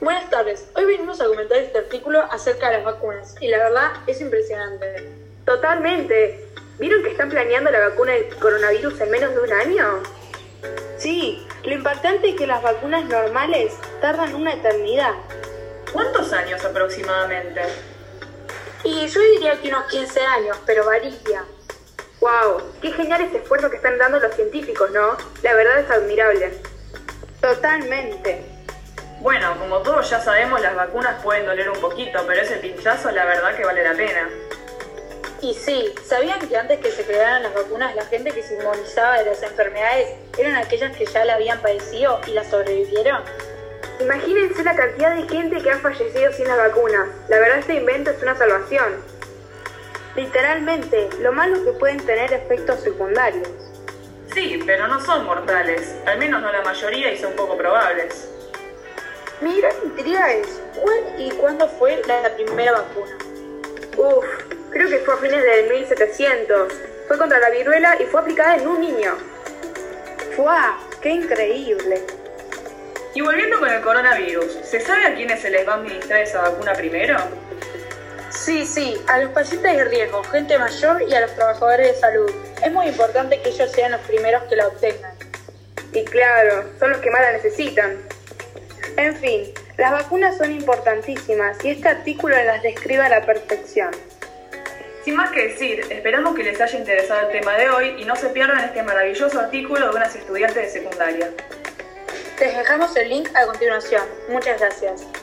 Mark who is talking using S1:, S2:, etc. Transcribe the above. S1: Buenas tardes, hoy venimos a comentar este artículo acerca de las vacunas y la verdad es impresionante.
S2: Totalmente. ¿Vieron que están planeando la vacuna del coronavirus en menos de un año?
S3: Sí, lo impactante es que las vacunas normales tardan una eternidad.
S4: ¿Cuántos años aproximadamente?
S1: Y yo diría que unos 15 años, pero varía.
S2: ¡Wow! Qué genial este esfuerzo que están dando los científicos, ¿no? La verdad es admirable.
S3: Totalmente.
S4: Bueno, como todos ya sabemos, las vacunas pueden doler un poquito, pero ese pinchazo la verdad que vale la pena.
S1: Y sí, ¿sabían que antes que se crearan las vacunas, la gente que se inmunizaba de las enfermedades eran aquellas que ya la habían padecido y la sobrevivieron?
S2: Imagínense la cantidad de gente que ha fallecido sin las vacunas. La verdad este invento es una salvación.
S3: Literalmente, lo malo es que pueden tener efectos secundarios.
S4: Sí, pero no son mortales, al menos no la mayoría y son poco probables.
S1: Mi gran intriga es, ¿cuál y cuándo fue la primera vacuna?
S2: Uf, creo que fue a fines del 1700. Fue contra la viruela y fue aplicada en un niño.
S3: ¡Fua! ¡Qué increíble!
S4: Y volviendo con el coronavirus, ¿se sabe a quiénes se les va a administrar esa vacuna primero?
S1: Sí, sí, a los pacientes de riesgo, gente mayor y a los trabajadores de salud. Es muy importante que ellos sean los primeros que la obtengan.
S2: Y claro, son los que más la necesitan.
S3: En fin, las vacunas son importantísimas y este artículo las describe a la perfección.
S4: Sin más que decir, esperamos que les haya interesado el tema de hoy y no se pierdan este maravilloso artículo de unas estudiantes de secundaria.
S1: Les dejamos el link a continuación. Muchas gracias.